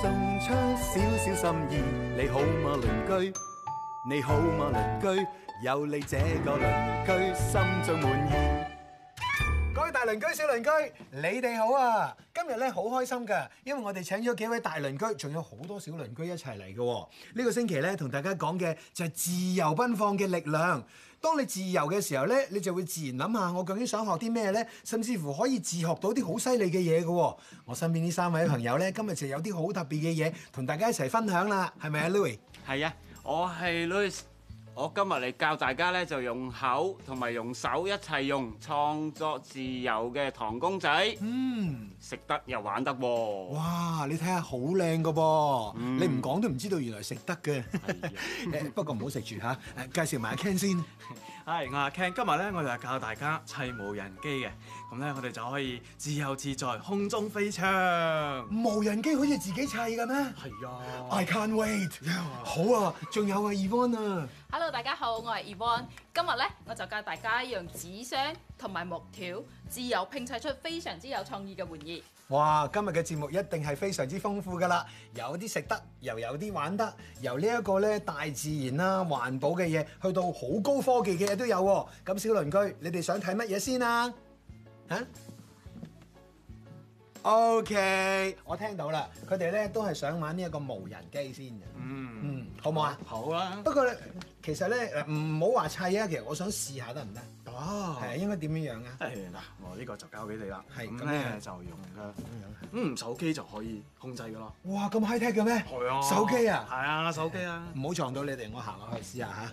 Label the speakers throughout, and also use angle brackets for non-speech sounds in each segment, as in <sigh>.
Speaker 1: 送出少少心意，你好嗎鄰居？你好嗎鄰居？有你這個鄰居，心中滿意。
Speaker 2: 各位大鄰居、小鄰居，你哋好啊！今日咧好開心㗎，因為我哋請咗幾位大鄰居，仲有好多小鄰居一齊嚟嘅。呢個星期咧，同大家講嘅就係自由奔放嘅力量。當你自由嘅時候咧，你就會自然諗下我究竟想學啲咩咧，甚至乎可以自學到啲好犀利嘅嘢嘅喎。我身邊呢三位朋友咧，今日就有啲好特別嘅嘢同大家一齊分享啦，係咪啊，Louis？
Speaker 3: 係啊，我係 Louis。我今日嚟教大家咧，就用口同埋用手一齊用創作自由嘅糖公仔。嗯，食得又玩得喎。
Speaker 2: 哇！你睇下好靚㗎噃，你唔講都唔知道原來食得嘅。 <laughs> 誒不過唔好食住嚇，誒介紹埋阿 Ken 先。
Speaker 4: 係，我係阿 Ken，今日咧我就教大家砌無人機嘅，咁咧我哋就可以自由自在空中飛翔。
Speaker 2: 無人機好似自己砌嘅咩？
Speaker 4: 係啊
Speaker 2: ，I can't wait。好啊，仲有啊，Yvonne 啊。
Speaker 5: Hello，大家好，我係 Yvonne。今日咧我就教大家用紙箱同埋木條自由拼砌出非常之有創意嘅玩意。
Speaker 2: 哇！今日嘅節目一定係非常之豐富㗎啦，有啲食得，又有啲玩得，由呢一個咧大自然啦、環保嘅嘢，去到好高科技嘅嘢都有喎。咁小鄰居，你哋想睇乜嘢先啊？嚇？OK，我聽到啦，佢哋咧都係想玩呢一個無人機先嘅。嗯嗯，好唔好啊？
Speaker 4: 好啦，
Speaker 2: 不過咧，其實咧唔好話砌啊，其實我想試下得唔得？
Speaker 4: 哦，
Speaker 2: 係啊，應該點樣樣啊？
Speaker 4: 誒嗱，我呢個就交俾你啦。
Speaker 2: 係
Speaker 4: 咁
Speaker 2: 咁
Speaker 4: 咧
Speaker 2: 咧
Speaker 4: 就用嘅，嗯手機就可以控制㗎啦。
Speaker 2: 哇！咁 high tech 嘅咩？
Speaker 4: 係啊，
Speaker 2: 手機啊！
Speaker 4: 係啊，手機啊。
Speaker 2: 唔好撞到你哋，我行落去試下嚇。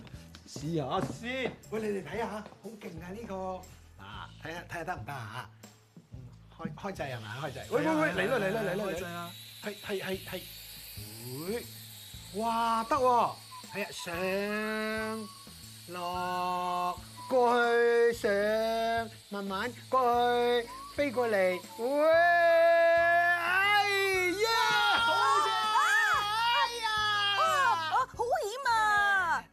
Speaker 4: 試下先，
Speaker 2: 喂，你哋睇下，好勁啊呢個！啊，睇下睇下得唔得啊？嗯開開掣係咪？開掣。喂喂
Speaker 4: 啊
Speaker 2: 喂，嚟啦嚟啦嚟啦！
Speaker 4: 開掣啊啦！
Speaker 2: 係係係係。喂，哇得喎！係啊，上落過去上，慢慢過去飛過嚟，喂！哎呀，好正！哎呀！
Speaker 6: 啊，好險啊！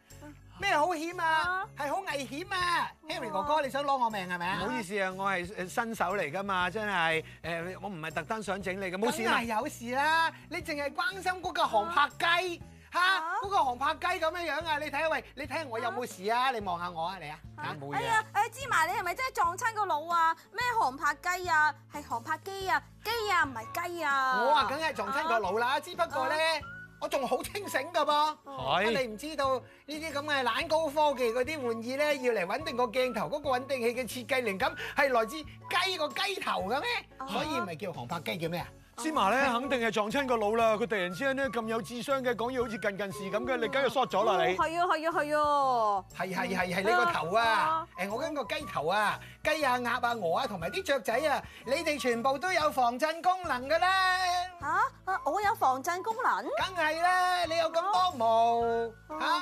Speaker 2: 咩好險啊？係好危險啊！Harry
Speaker 6: 哦
Speaker 2: 哥哥，你想攞我命係咪啊？唔好意思啊，我係誒新手嚟㗎嘛，真係誒，我唔係特登想整你嘅，冇事啦。梗係有事啦，你淨係關心嗰個航拍雞
Speaker 6: 啊
Speaker 2: 嚇，嗰個航拍雞咁樣樣啊！你睇下喂，你睇下我有冇事啊？你望下我啊，你啊嚇冇
Speaker 6: 哎
Speaker 2: 嘢
Speaker 6: 呀
Speaker 2: 啊。，
Speaker 6: 誒芝麻，你係咪真係撞親個腦啊？咩航拍雞啊？係航拍機啊，機啊，唔係雞啊！
Speaker 2: 我啊，梗係撞親個腦啦，只不過咧，我仲好清醒㗎噃。
Speaker 4: 係
Speaker 2: 你唔知道呢啲咁嘅懶高科技嗰啲玩意咧，要嚟穩定個鏡頭嗰個穩定器嘅設計靈感係來自雞個雞頭嘅咩？所以咪叫航拍機叫咩啊？
Speaker 7: 芝麻咧肯定係撞親個腦啦！佢突然之間咧咁有智商嘅講嘢，好似近近視咁嘅，你梗係 short 咗啦你
Speaker 6: 哦。係啊，係啊，係啊！
Speaker 2: 係係係係你個頭啊！誒，我跟個雞頭啊，雞啊、鴨啊、鵝啊，同埋啲雀仔啊，你哋全部都有防震功能㗎啦！
Speaker 6: 嚇啊！我有防震功能。
Speaker 2: 梗係啦，你有咁多毛嚇，
Speaker 6: 哦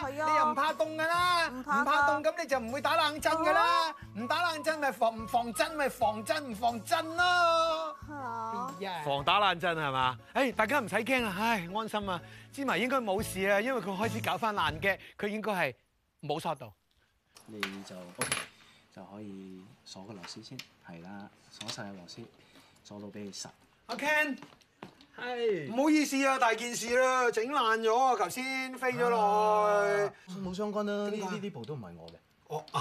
Speaker 6: 係啊
Speaker 2: 你又唔怕凍噶啦，
Speaker 6: 唔
Speaker 2: 唔
Speaker 6: 怕㗎
Speaker 2: 怕凍咁你就唔會打冷震噶啦，唔打冷震咪防唔防震咪防震唔防震咯。
Speaker 6: 嚇
Speaker 2: 哎呀
Speaker 7: 防打冷震係嘛？誒，大家唔使驚啦，唉，安心啊！芝麻應該冇事啊，因為佢開始搞翻爛嘅，佢應該係冇 short 到。
Speaker 4: 你就 OK，就可以鎖個螺絲先，係啦，鎖晒個螺絲，鎖到俾你實。
Speaker 2: 阿 Ken，
Speaker 4: 係
Speaker 2: 唔好意思啊，大件事啦，整爛咗啊，頭先飛咗落去。
Speaker 7: 啊
Speaker 4: 冇相干啊啦，呢
Speaker 2: 點解
Speaker 4: 呢啲部都唔係我嘅。
Speaker 2: 哦嚇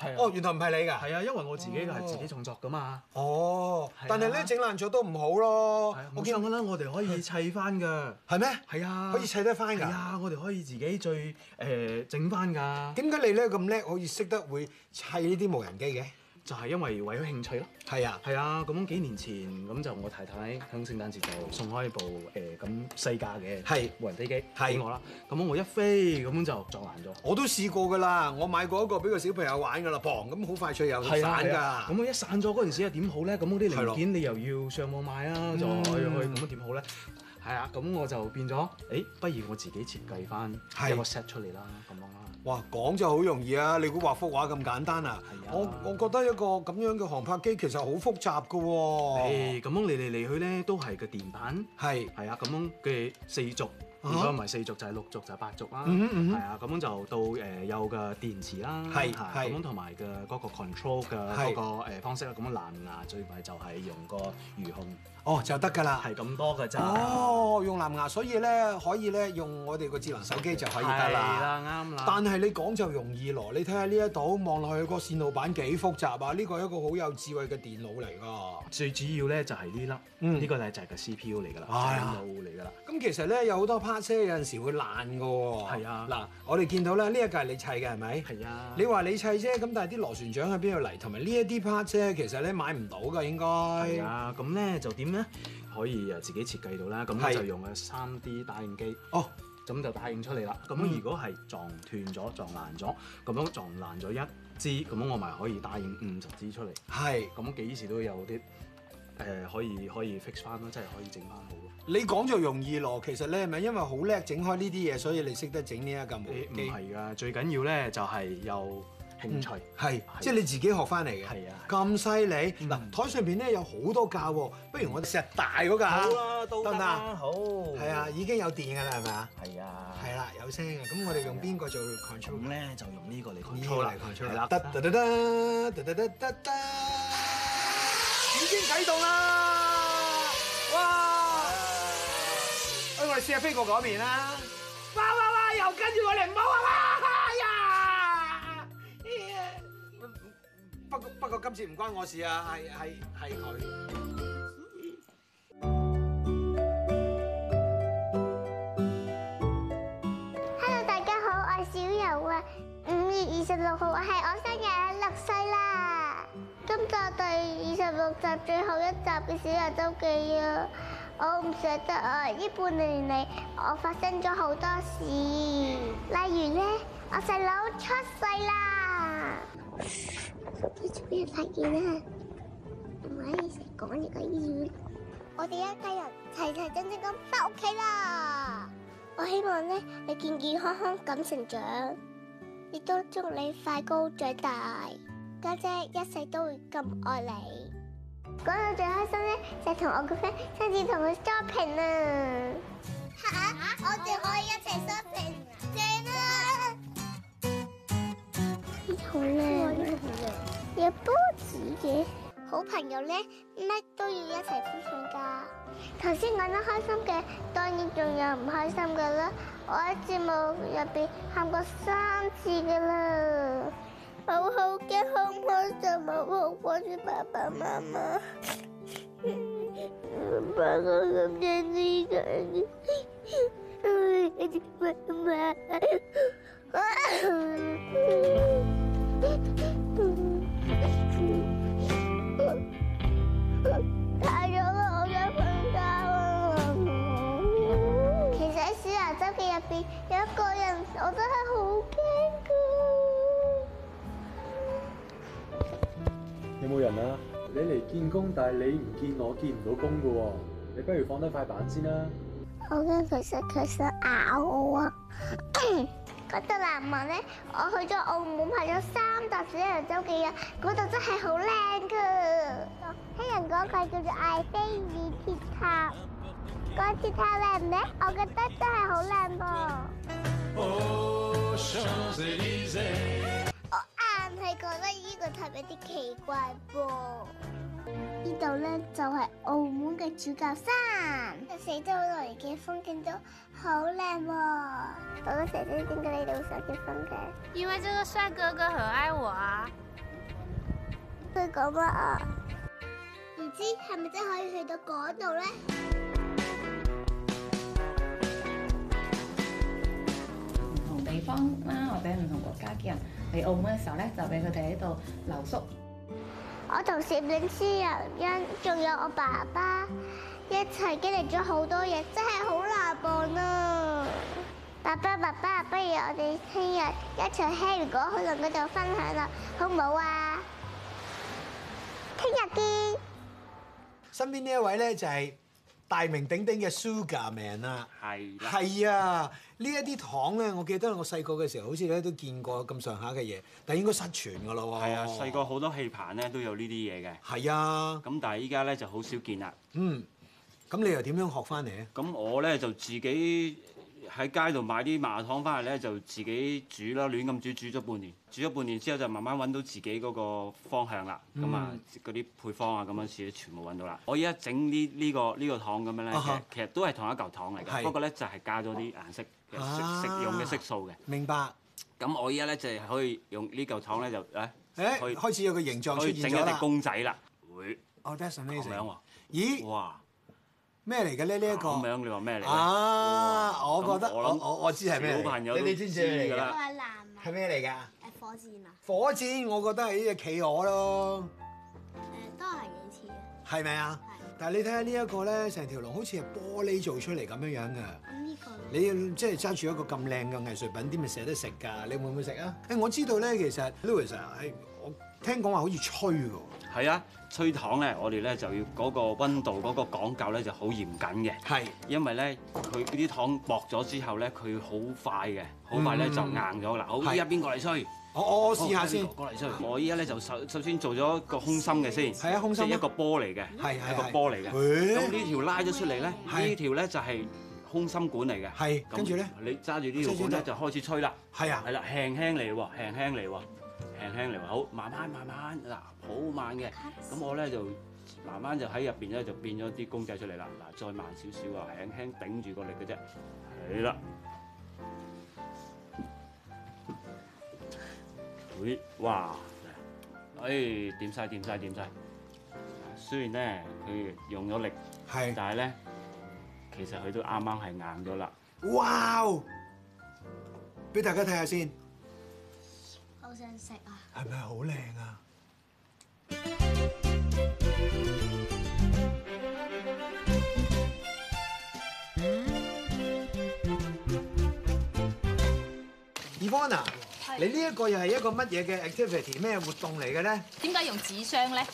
Speaker 4: 係啊，
Speaker 2: 哦原來唔係你㗎。
Speaker 4: 係啊，因為我自己嘅係自己創作噶嘛。
Speaker 2: 哦
Speaker 4: 係啊，
Speaker 2: 但係咧整爛咗都唔好咯
Speaker 4: 係啊，。
Speaker 2: 哦我
Speaker 4: 冇
Speaker 2: 見
Speaker 4: 相干啦，我哋可以砌翻噶。
Speaker 2: 係咩？
Speaker 4: 係啊，
Speaker 2: 可以砌得翻
Speaker 4: 係
Speaker 2: 㗎。
Speaker 4: 啊，我哋可以自己最誒整翻㗎。
Speaker 2: 點解你咧咁叻，可以識得會砌呢啲無人機嘅？
Speaker 4: 就係因為為咗興趣咯。
Speaker 2: 係啊，
Speaker 4: 係啊，咁幾年前咁就我太太響聖誕節就送開部誒咁細架嘅
Speaker 2: 係
Speaker 4: 無人飛機
Speaker 2: 係
Speaker 4: 俾我啦，咁我一飛咁就撞爛咗。
Speaker 2: 我都試過㗎啦，我買過一個俾個小朋友玩㗎啦，砰咁好快脆又散
Speaker 4: 係
Speaker 2: 㗎
Speaker 4: 啊。咁我一散咗嗰陣時啊，點好咧？咁嗰啲
Speaker 2: 係咯嗯
Speaker 4: 零件你又要上網買啦，再去咁啊樣點好咧？係啊，咁我就變咗，誒，不如我自己設計翻
Speaker 2: 係
Speaker 4: 一個 set 出嚟啦，咁樣啦。
Speaker 2: 哇，講就好容易啊！你估畫幅畫咁簡單啊？
Speaker 4: 係啊
Speaker 2: 我我覺得一個咁樣嘅航拍機其實好複雜㗎
Speaker 4: 誒，
Speaker 2: 喎。
Speaker 4: 咁樣嚟嚟嚟去咧，都係個電板。
Speaker 2: 係
Speaker 4: 係啊，咁樣嘅四軸，
Speaker 2: 啊
Speaker 4: 如果唔係四軸就係六軸就係八軸啦。
Speaker 2: 嗯哼嗯哼
Speaker 4: 係啊，咁樣就到誒有嘅電池啦，
Speaker 2: 係
Speaker 4: 嚇
Speaker 2: 係
Speaker 4: 咁樣同埋嘅嗰個 control 嘅
Speaker 2: 係
Speaker 4: 嗰個誒方式啦。咁樣藍牙最弊就係用個魚控，
Speaker 2: 哦，就得㗎啦。
Speaker 4: 係咁多嘅咋。
Speaker 2: 哦，用藍牙，所以咧可以咧用我哋個智能手機就可以得
Speaker 4: 係
Speaker 2: 啦。
Speaker 4: 啦，啱啦。
Speaker 2: 但係你講就容易咯，你睇下呢一度望落去個線路板幾複雜啊！呢個係一個好有智慧嘅電腦嚟㗎。
Speaker 4: 最主要咧就係呢粒，
Speaker 2: 嗯
Speaker 4: 呢個咧就係個 CPU 嚟㗎啦，
Speaker 2: 哎呀
Speaker 4: 就係腦嚟㗎啦。
Speaker 2: 咁其實咧有好多 part 咧有陣時會爛㗎喎。
Speaker 4: 係啊
Speaker 2: 嗱，我哋見到咧呢一個係你砌嘅係咪？
Speaker 4: 係啊，
Speaker 2: 你話你砌啫，咁但係啲螺旋槳喺邊度嚟？同埋呢一啲 part 啫，其實咧買唔到㗎應該。
Speaker 4: 係啊，咁咧就點咧？可以誒呃自己設計到啦，咁
Speaker 2: 係
Speaker 4: 我就用嘅三 D 打印機。
Speaker 2: 哦，
Speaker 4: 咁就打印出嚟啦。咁樣如果係撞斷咗、撞爛咗，咁樣撞爛咗一支，咁樣我咪可以打印五十支出嚟。
Speaker 2: 係。
Speaker 4: 咁幾時都有啲誒、呃可以可以 fix 翻咯，即係可以整翻好咯。
Speaker 2: 你講就容易咯，其實咧係咪因為好叻整開呢啲嘢，所以你識得整呢一個模
Speaker 4: 誒唔
Speaker 2: 機？嗯
Speaker 4: 係㗎，最緊要咧就係有興趣。
Speaker 2: 係，即係你自己學翻嚟嘅。
Speaker 4: 係啊
Speaker 2: 咁犀利嗱，台上邊咧有好多架喎，不如我哋試大嗰架。
Speaker 4: 好啊啦，都得
Speaker 2: 得
Speaker 4: 啦，
Speaker 2: 啦。
Speaker 4: 好。
Speaker 2: 係啊，，已經有電㗎啦，係咪啊？
Speaker 4: 係啊。
Speaker 2: 係啦，有聲嘅。咁我哋用邊個做 control？
Speaker 4: 咁咧就用呢個嚟嗯 control 啦，係
Speaker 2: 係
Speaker 4: 啦
Speaker 2: 啦，，得得得得得得得得，已經啟動啦！哇！哎，我哋試下飛過嗰邊啦！哇哇哇！又跟住我嚟，唔好啊！哇哎呀！不過不過今次唔關我事啊，係係係佢。
Speaker 8: Hello，大家好，我係小柔啊。五月二十六號係我生日啊，六歲啦。今集第二十六集最後一集嘅小柔周記啊，我唔捨得啊！呢半年嚟，我發生咗好多事，例如呢，我細佬出世啦，佢早日發現啊！唔係成日講呢個醫院，我哋一家人齊齊整整咁翻屋企啦。我希望咧你健健康康咁成長，亦都祝你快高長大。家姐一世都會咁愛你。講到最開心咧，就係同我個 friend 親自同佢 shopping 啊！吓，我哋可以一齊 shopping，正啊！呢好靚，有波子嘅。好朋友咧，乜都要一齊分享噶。頭先講得開心嘅，當然仲有唔開心嘅啦。我喺節目入邊喊過三次噶啦。好好嘅，好唔好就冇好掛住爸爸媽媽。爸爸咁樣呢個人，媽媽。太咗啦，我想瞓覺啦。其實喺《小牙周記》入邊有一個人，我真係好驚噶。
Speaker 9: 有冇人啊？你嚟見工，但係你唔見我，見唔到工噶喎。你不如放低塊板先啦。
Speaker 8: 我驚其實佢想咬我啊！ <coughs> 嗰度難忘咧，我去咗澳門拍咗三集《小人周記》啊，嗰度真係好靚噶。聽人講佢叫做艾菲爾鐵塔，嗰鐵塔靚唔靚？我覺得真係好靚噃。我硬係覺得呢個塔有啲奇怪噃。呢度咧就係澳門嘅主教山，死咗好耐嘅風景都好靚喎。我成日都點解你哋會想結婚嘅？
Speaker 10: 因为这个帅哥哥很爱我啊。
Speaker 8: 佢講乜啊？唔知係咪真係可以去到嗰度咧？
Speaker 11: 唔同地方啦，或者唔同國家嘅人嚟澳門嘅時候咧，就俾佢哋喺度留宿，
Speaker 8: 我同攝影師尤欣，仲有我爸爸一齊經歷咗好多嘢，真係好難忘啊！爸爸爸爸，不如我哋聽日一齊 Harry 果去論嗰度分享啦，好唔好啊？聽日見。
Speaker 2: 身邊呢一位咧就係大名鼎鼎嘅 Sugar Man 啦。
Speaker 3: 係啦。
Speaker 2: 係啊，呢一啲糖咧，我記得我細個嘅時候，好似咧都見過咁上下嘅嘢，但應該失傳噶咯喎。
Speaker 3: 係啊，細個好多戲棚咧都有呢啲嘢嘅。
Speaker 2: 係啊。
Speaker 3: 咁但係依家咧就好少見啦。
Speaker 2: 嗯，咁你又點樣學翻嚟咧？
Speaker 3: 咁我咧就自己喺街度買啲麻辣湯翻嚟咧，就自己煮啦，亂咁煮，煮咗半年。煮咗半年之後就慢慢揾到自己嗰個方向啦。咁啊、
Speaker 2: 嗯
Speaker 3: 嗰啲配方啊，咁樣試全部揾到啦。我依家整呢呢個呢、個糖咁樣咧，
Speaker 2: 啊
Speaker 3: 其實
Speaker 2: 哈
Speaker 3: 其實都係同一嚿糖嚟
Speaker 2: 係
Speaker 3: 嘅，不過咧就係、加咗啲顏色嘅
Speaker 2: 啊
Speaker 3: 食食用嘅色素嘅。
Speaker 2: 明白。
Speaker 3: 咁我依家咧就係可以用呢嚿糖咧就誒，
Speaker 2: 誒
Speaker 3: 可以
Speaker 2: 開始有個形狀
Speaker 3: 可以
Speaker 2: 出
Speaker 3: 整
Speaker 2: 現
Speaker 3: 一
Speaker 2: 咗
Speaker 3: 隻
Speaker 2: 啦
Speaker 3: 公仔啦，會
Speaker 2: 哦，that's
Speaker 3: 咁
Speaker 2: amazing
Speaker 3: 樣喎。
Speaker 2: 咦？
Speaker 3: 哇！
Speaker 2: 咩嚟嘅咧？呢一個
Speaker 3: 咁樣你話咩嚟咧？
Speaker 2: 啊，我
Speaker 3: 咁
Speaker 2: 覺得
Speaker 3: 我
Speaker 2: 我
Speaker 3: 諗
Speaker 2: 我我知係咩嚟
Speaker 3: 小朋友
Speaker 2: 你
Speaker 3: 都
Speaker 2: 你知唔知係咩嚟
Speaker 3: 知㗎
Speaker 2: 㗎
Speaker 3: 啦？
Speaker 8: 係男啊
Speaker 2: 係咩嚟㗎？
Speaker 8: 誒火箭啊，
Speaker 2: 火箭，我覺得係呢只企鵝咯，
Speaker 8: 誒都係幾似嘅。
Speaker 2: 係咪啊？但係你睇下呢一個咧，成條龍好似係玻璃做出嚟咁樣樣㗎。
Speaker 8: 咁呢個
Speaker 2: 你即係揸住一個咁靚嘅藝術品，點咪捨得食㗎？你會唔會食啊？誒，我知道咧，其實 Louis 啊，係我聽講話好似吹㗎喎。
Speaker 3: 係啊，吹糖咧，我哋咧就要嗰個温度嗰個講究咧就好嚴謹嘅。
Speaker 2: 係，
Speaker 3: 因為咧佢啲糖薄咗之後咧，佢好快嘅，好快咧
Speaker 2: 嗯
Speaker 3: 就硬咗啦。好，
Speaker 2: 係
Speaker 3: 依家邊個嚟吹？
Speaker 2: 我我我試下先
Speaker 3: 邊個過嚟吹。哦我依家咧就首首先做咗個空心嘅先，係
Speaker 2: 啊空心啊
Speaker 3: 即係一個波嚟嘅，
Speaker 2: 係係
Speaker 3: 一個波嚟嘅。
Speaker 2: 係
Speaker 3: 咁呢條拉咗出嚟咧，
Speaker 2: 係
Speaker 3: 呢條咧就係空心管嚟嘅。
Speaker 2: 係
Speaker 3: 咁
Speaker 2: 跟住咧
Speaker 3: 你揸住呢條管咧就開始吹啦。
Speaker 2: 係啊，
Speaker 3: 係啦，輕輕嚟喎，輕輕嚟喎，輕輕嚟喎，好，慢慢慢慢嗱，好慢嘅。咁我咧就慢慢就喺入邊咧就變咗啲公仔出嚟啦。嗱，再慢少少啊，輕輕頂住個力嘅啫。係啦。會哇！誒、掂晒掂晒掂晒。雖然咧佢用咗力，
Speaker 2: 係，
Speaker 3: 但係咧其實佢都啱啱係硬咗啦。
Speaker 2: 哇！哦俾大家睇下先，
Speaker 8: 好想食啊！
Speaker 2: 係咪好靚啊？Ivana，
Speaker 5: 係
Speaker 2: 你呢一個又係一個乜嘢嘅 activity 咩活動嚟嘅咧？
Speaker 5: 點解用紙箱咧？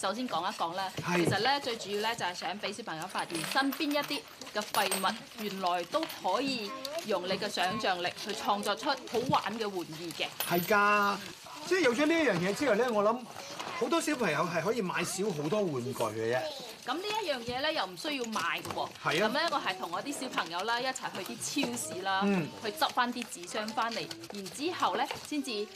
Speaker 5: 首先講一講啦，
Speaker 2: 係
Speaker 5: 其實咧最主要咧就係想俾小朋友發現身邊一啲嘅廢物原來都可以用你嘅想像力去創作出好玩嘅玩意嘅。
Speaker 2: 係㗎，即係有咗呢一樣嘢之後咧，我諗好多小朋友係可以買少好多玩具嘅啫。
Speaker 5: 咁呢一樣嘢咧又唔需要賣嘅喎，
Speaker 2: 係啊
Speaker 5: 咁咧我係同我啲小朋友啦一齊去啲超市啦，
Speaker 2: 嗯
Speaker 5: 去執翻啲紙箱翻嚟，然之後咧先至誒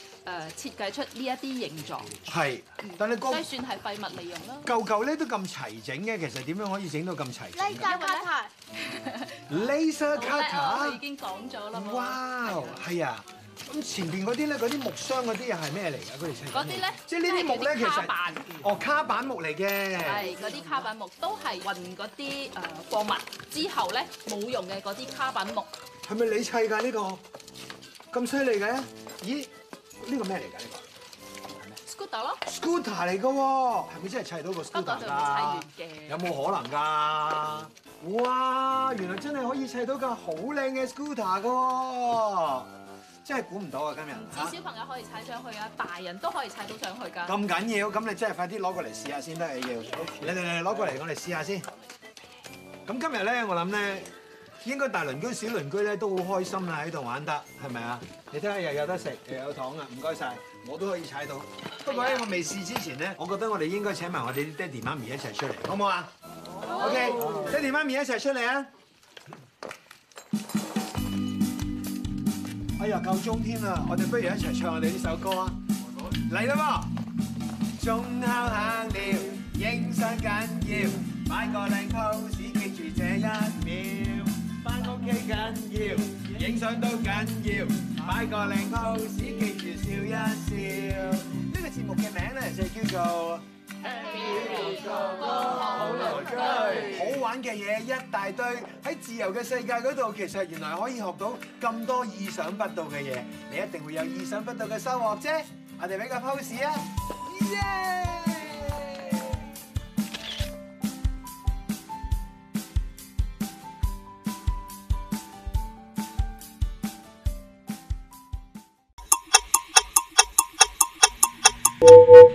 Speaker 5: 設計出呢一啲形狀，
Speaker 2: 係，但係
Speaker 5: 所
Speaker 2: 個
Speaker 5: 以算係廢物利用啦。
Speaker 2: 舊舊咧都咁齊整嘅，其實點樣可以整到咁齊整㗎？Laser
Speaker 5: 好叻，啊我
Speaker 2: cutter，
Speaker 5: 已經講咗啦嘛。
Speaker 2: 哇，係啊！咁前邊嗰啲咧，嗰啲木箱嗰啲又係咩嚟㗎？佢哋砌緊
Speaker 5: 嗰啲咧
Speaker 2: 即係呢啲木咧，其
Speaker 5: 即係嗰啲卡
Speaker 2: 實
Speaker 5: 板
Speaker 2: 哦卡板木嚟嘅，
Speaker 5: 係嗰啲卡板木都係運嗰啲誒呃貨物之後咧冇用嘅嗰啲卡板木，
Speaker 2: 係咪你砌㗎呢個？咁犀利嘅？咦，呢個咩嚟㗎？呢個
Speaker 5: scooter 咯，
Speaker 2: scooter 嚟㗎喎，係咪真係砌到個
Speaker 5: 不過
Speaker 2: scooter 㗎
Speaker 5: 就冇？砌完嘅。
Speaker 2: 有冇可能㗎？哇！原來真係可以砌到架好靚嘅 scooter 㗎喎，真係估唔到啊！今日
Speaker 5: 唔止小朋友可以踩上去啊，大人都可以踩到上去㗎。
Speaker 2: 咁緊要，咁你真係快啲攞過嚟試下先得，你要嚟嚟嚟攞過嚟，我哋試下先。咁今日咧，我諗咧，應該大鄰居、小鄰居咧都好開心啦，喺度玩得係咪啊？你睇下又有得食，又有糖啊！唔該晒，我都可以踩到。不過咧，我未試之前咧，我覺得我哋應該請埋我哋啲爹哋媽咪一齊出嚟，好唔好啊？OK，爹哋媽咪一齊出嚟啊！哎呀，夠鐘添啦，我哋不如一齊唱我哋呢首歌啊！嚟啦噃！鐘敲響了，影相緊要，擺個靚 pose，記住這一秒。翻屋企緊要，影相都緊要，擺個靚 pose，記住笑一笑。呢個節目嘅名咧就叫做。好玩嘅嘢一大堆，喺自由嘅世界嗰度，其實原來可以學到咁多意 À, 想不到嘅嘢，你一定會有意想不到嘅收穫啫。我哋俾個 pose 啊！ Thank you.